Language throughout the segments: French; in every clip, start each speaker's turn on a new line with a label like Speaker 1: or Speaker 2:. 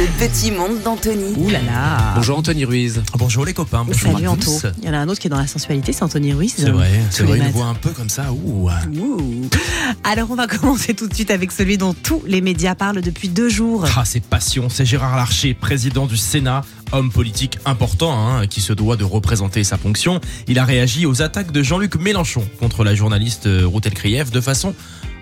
Speaker 1: Le petit monde d'Anthony.
Speaker 2: Ouh là là
Speaker 3: Bonjour Anthony Ruiz.
Speaker 4: Ah. Bonjour les copains, bonjour
Speaker 2: Salut
Speaker 4: à
Speaker 2: Anto.
Speaker 4: tous.
Speaker 2: Il y en a un autre qui est dans la sensualité, c'est Anthony Ruiz.
Speaker 4: C'est vrai,
Speaker 2: Tous
Speaker 4: c'est
Speaker 2: les
Speaker 4: vrai, une
Speaker 2: matins.
Speaker 4: voix un peu comme ça. Ouh.
Speaker 2: Ouh. Alors on va commencer tout de suite avec celui dont tous les médias parlent depuis deux jours.
Speaker 4: Ah, c'est passion, c'est Gérard Larcher, président du Sénat, homme politique important hein, qui se doit de représenter sa fonction. Il a réagi aux attaques de Jean-Luc Mélenchon contre la journaliste euh, Routel Krief de façon,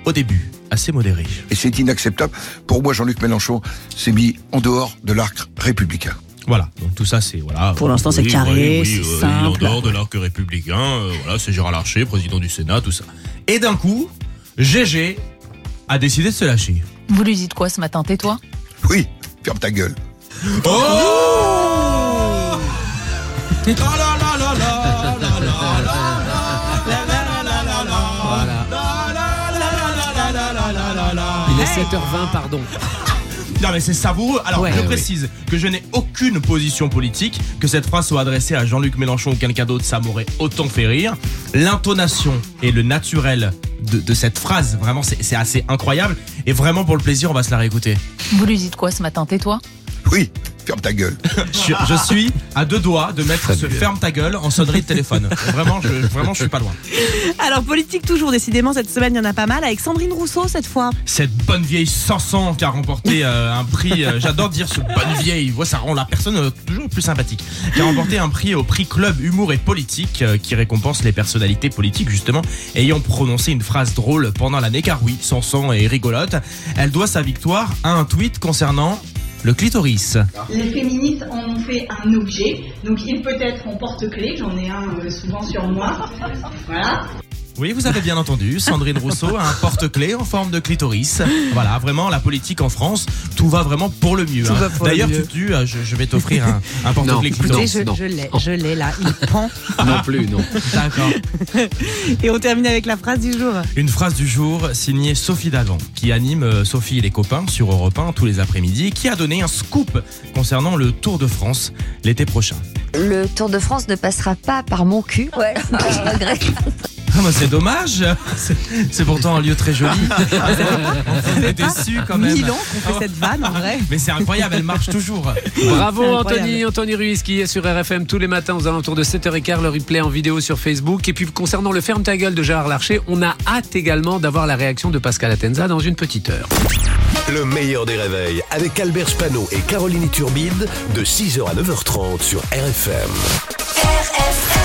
Speaker 4: au début, assez modérée.
Speaker 5: Et c'est inacceptable. Pour moi, Jean-Luc Mélenchon s'est mis en dehors de l'arc républicain.
Speaker 4: Voilà, donc tout ça c'est voilà.
Speaker 2: Pour l'instant,
Speaker 4: Oui,
Speaker 2: c'est
Speaker 4: oui,
Speaker 2: carré,
Speaker 4: oui,
Speaker 2: c'est
Speaker 4: euh,
Speaker 2: simple.
Speaker 4: il est en dehors de l'arc républicain, euh, voilà, c'est Gérard Larcher, président du Sénat, tout ça. Et d'un coup, GG a décidé de se lâcher.
Speaker 6: Vous lui dites quoi ce matin Tais-toi
Speaker 5: Oui, ferme ta gueule.
Speaker 4: Oh La la la la la, la la la la, la la la la la, la la la la la, la la la la la la.
Speaker 3: Il est 7h20, pardon.
Speaker 4: Non mais c'est savoureux. Alors
Speaker 2: Ouais.
Speaker 4: je
Speaker 3: Ouais,
Speaker 4: précise que je n'ai aucune position politique, que cette phrase soit adressée à Jean-Luc Mélenchon ou quelqu'un d'autre, ça m'aurait autant fait rire. L'intonation et le naturel de, de cette phrase, vraiment c'est c'est assez incroyable. Et vraiment pour le plaisir, on va se la réécouter.
Speaker 6: Vous lui dites quoi ce matin Tais-toi
Speaker 5: Oui, ferme ta gueule.
Speaker 4: Je, suis- je suis à deux doigts de mettre ce ferme ta gueule en sonnerie de téléphone. Vraiment, je, vraiment, je suis pas loin. Ah.
Speaker 2: Alors politique toujours, décidément cette semaine il y en a pas mal, avec Sandrine Rousseau cette fois.
Speaker 4: Cette bonne vieille Sanson qui a remporté euh, un prix, euh, j'adore dire ce bonne vieille, ouais, ça rend la personne euh, toujours plus sympathique, qui a remporté un prix au prix Club Humour et Politique euh, qui récompense les personnalités politiques justement ayant prononcé une phrase drôle pendant l'année, car oui, Sanson est rigolote. Elle doit sa victoire à un tweet concernant le clitoris.
Speaker 7: Les féministes en ont fait un objet, donc il peut être en porte-clés, j'en ai un euh, souvent sur moi. Voilà.
Speaker 4: Oui, vous avez bien entendu, Sandrine Rousseau a un porte-clé en forme de clitoris. Voilà, vraiment, la politique en France, tout va vraiment pour le mieux.
Speaker 2: Tout
Speaker 4: hein.
Speaker 2: va pour le
Speaker 4: D'ailleurs,
Speaker 2: mieux.
Speaker 4: tu, tu, euh, je, je vais t'offrir un, un porte-clé
Speaker 3: Non.
Speaker 4: clitoris.
Speaker 2: Écoutez, je,
Speaker 3: non.
Speaker 2: je l'ai, je l'ai là, il pend.
Speaker 3: Non plus, non.
Speaker 4: D'accord.
Speaker 2: Et on termine avec la phrase du jour.
Speaker 4: Une phrase du jour signée Sophie Davant, qui anime euh, Sophie et les copains sur Europe 1 tous les après-midi, qui a donné un scoop concernant le Tour de France l'été prochain.
Speaker 8: Le Tour de France ne passera pas par mon cul. Ouais. Je regrette.
Speaker 4: Ah bah c'est dommage, c'est c'est pourtant un lieu très joli. On est déçu quand même. Oh.
Speaker 2: Mille ans qu'on fait cette vanne en vrai.
Speaker 4: Mais c'est incroyable, elle marche toujours.
Speaker 3: Bravo
Speaker 2: C'est
Speaker 3: Anthony,
Speaker 2: incroyable.
Speaker 3: Anthony Ruiz qui est sur RFM tous les matins aux alentours de 7h15, le replay en vidéo sur Facebook. Et puis concernant le ferme ta gueule de Gérard Larcher, on a hâte également d'avoir la réaction de Pascal Atenza dans une petite heure.
Speaker 9: Le meilleur des réveils avec Albert Spano et Caroline Turbide de 6h à 9h30 sur RFM.
Speaker 1: RFM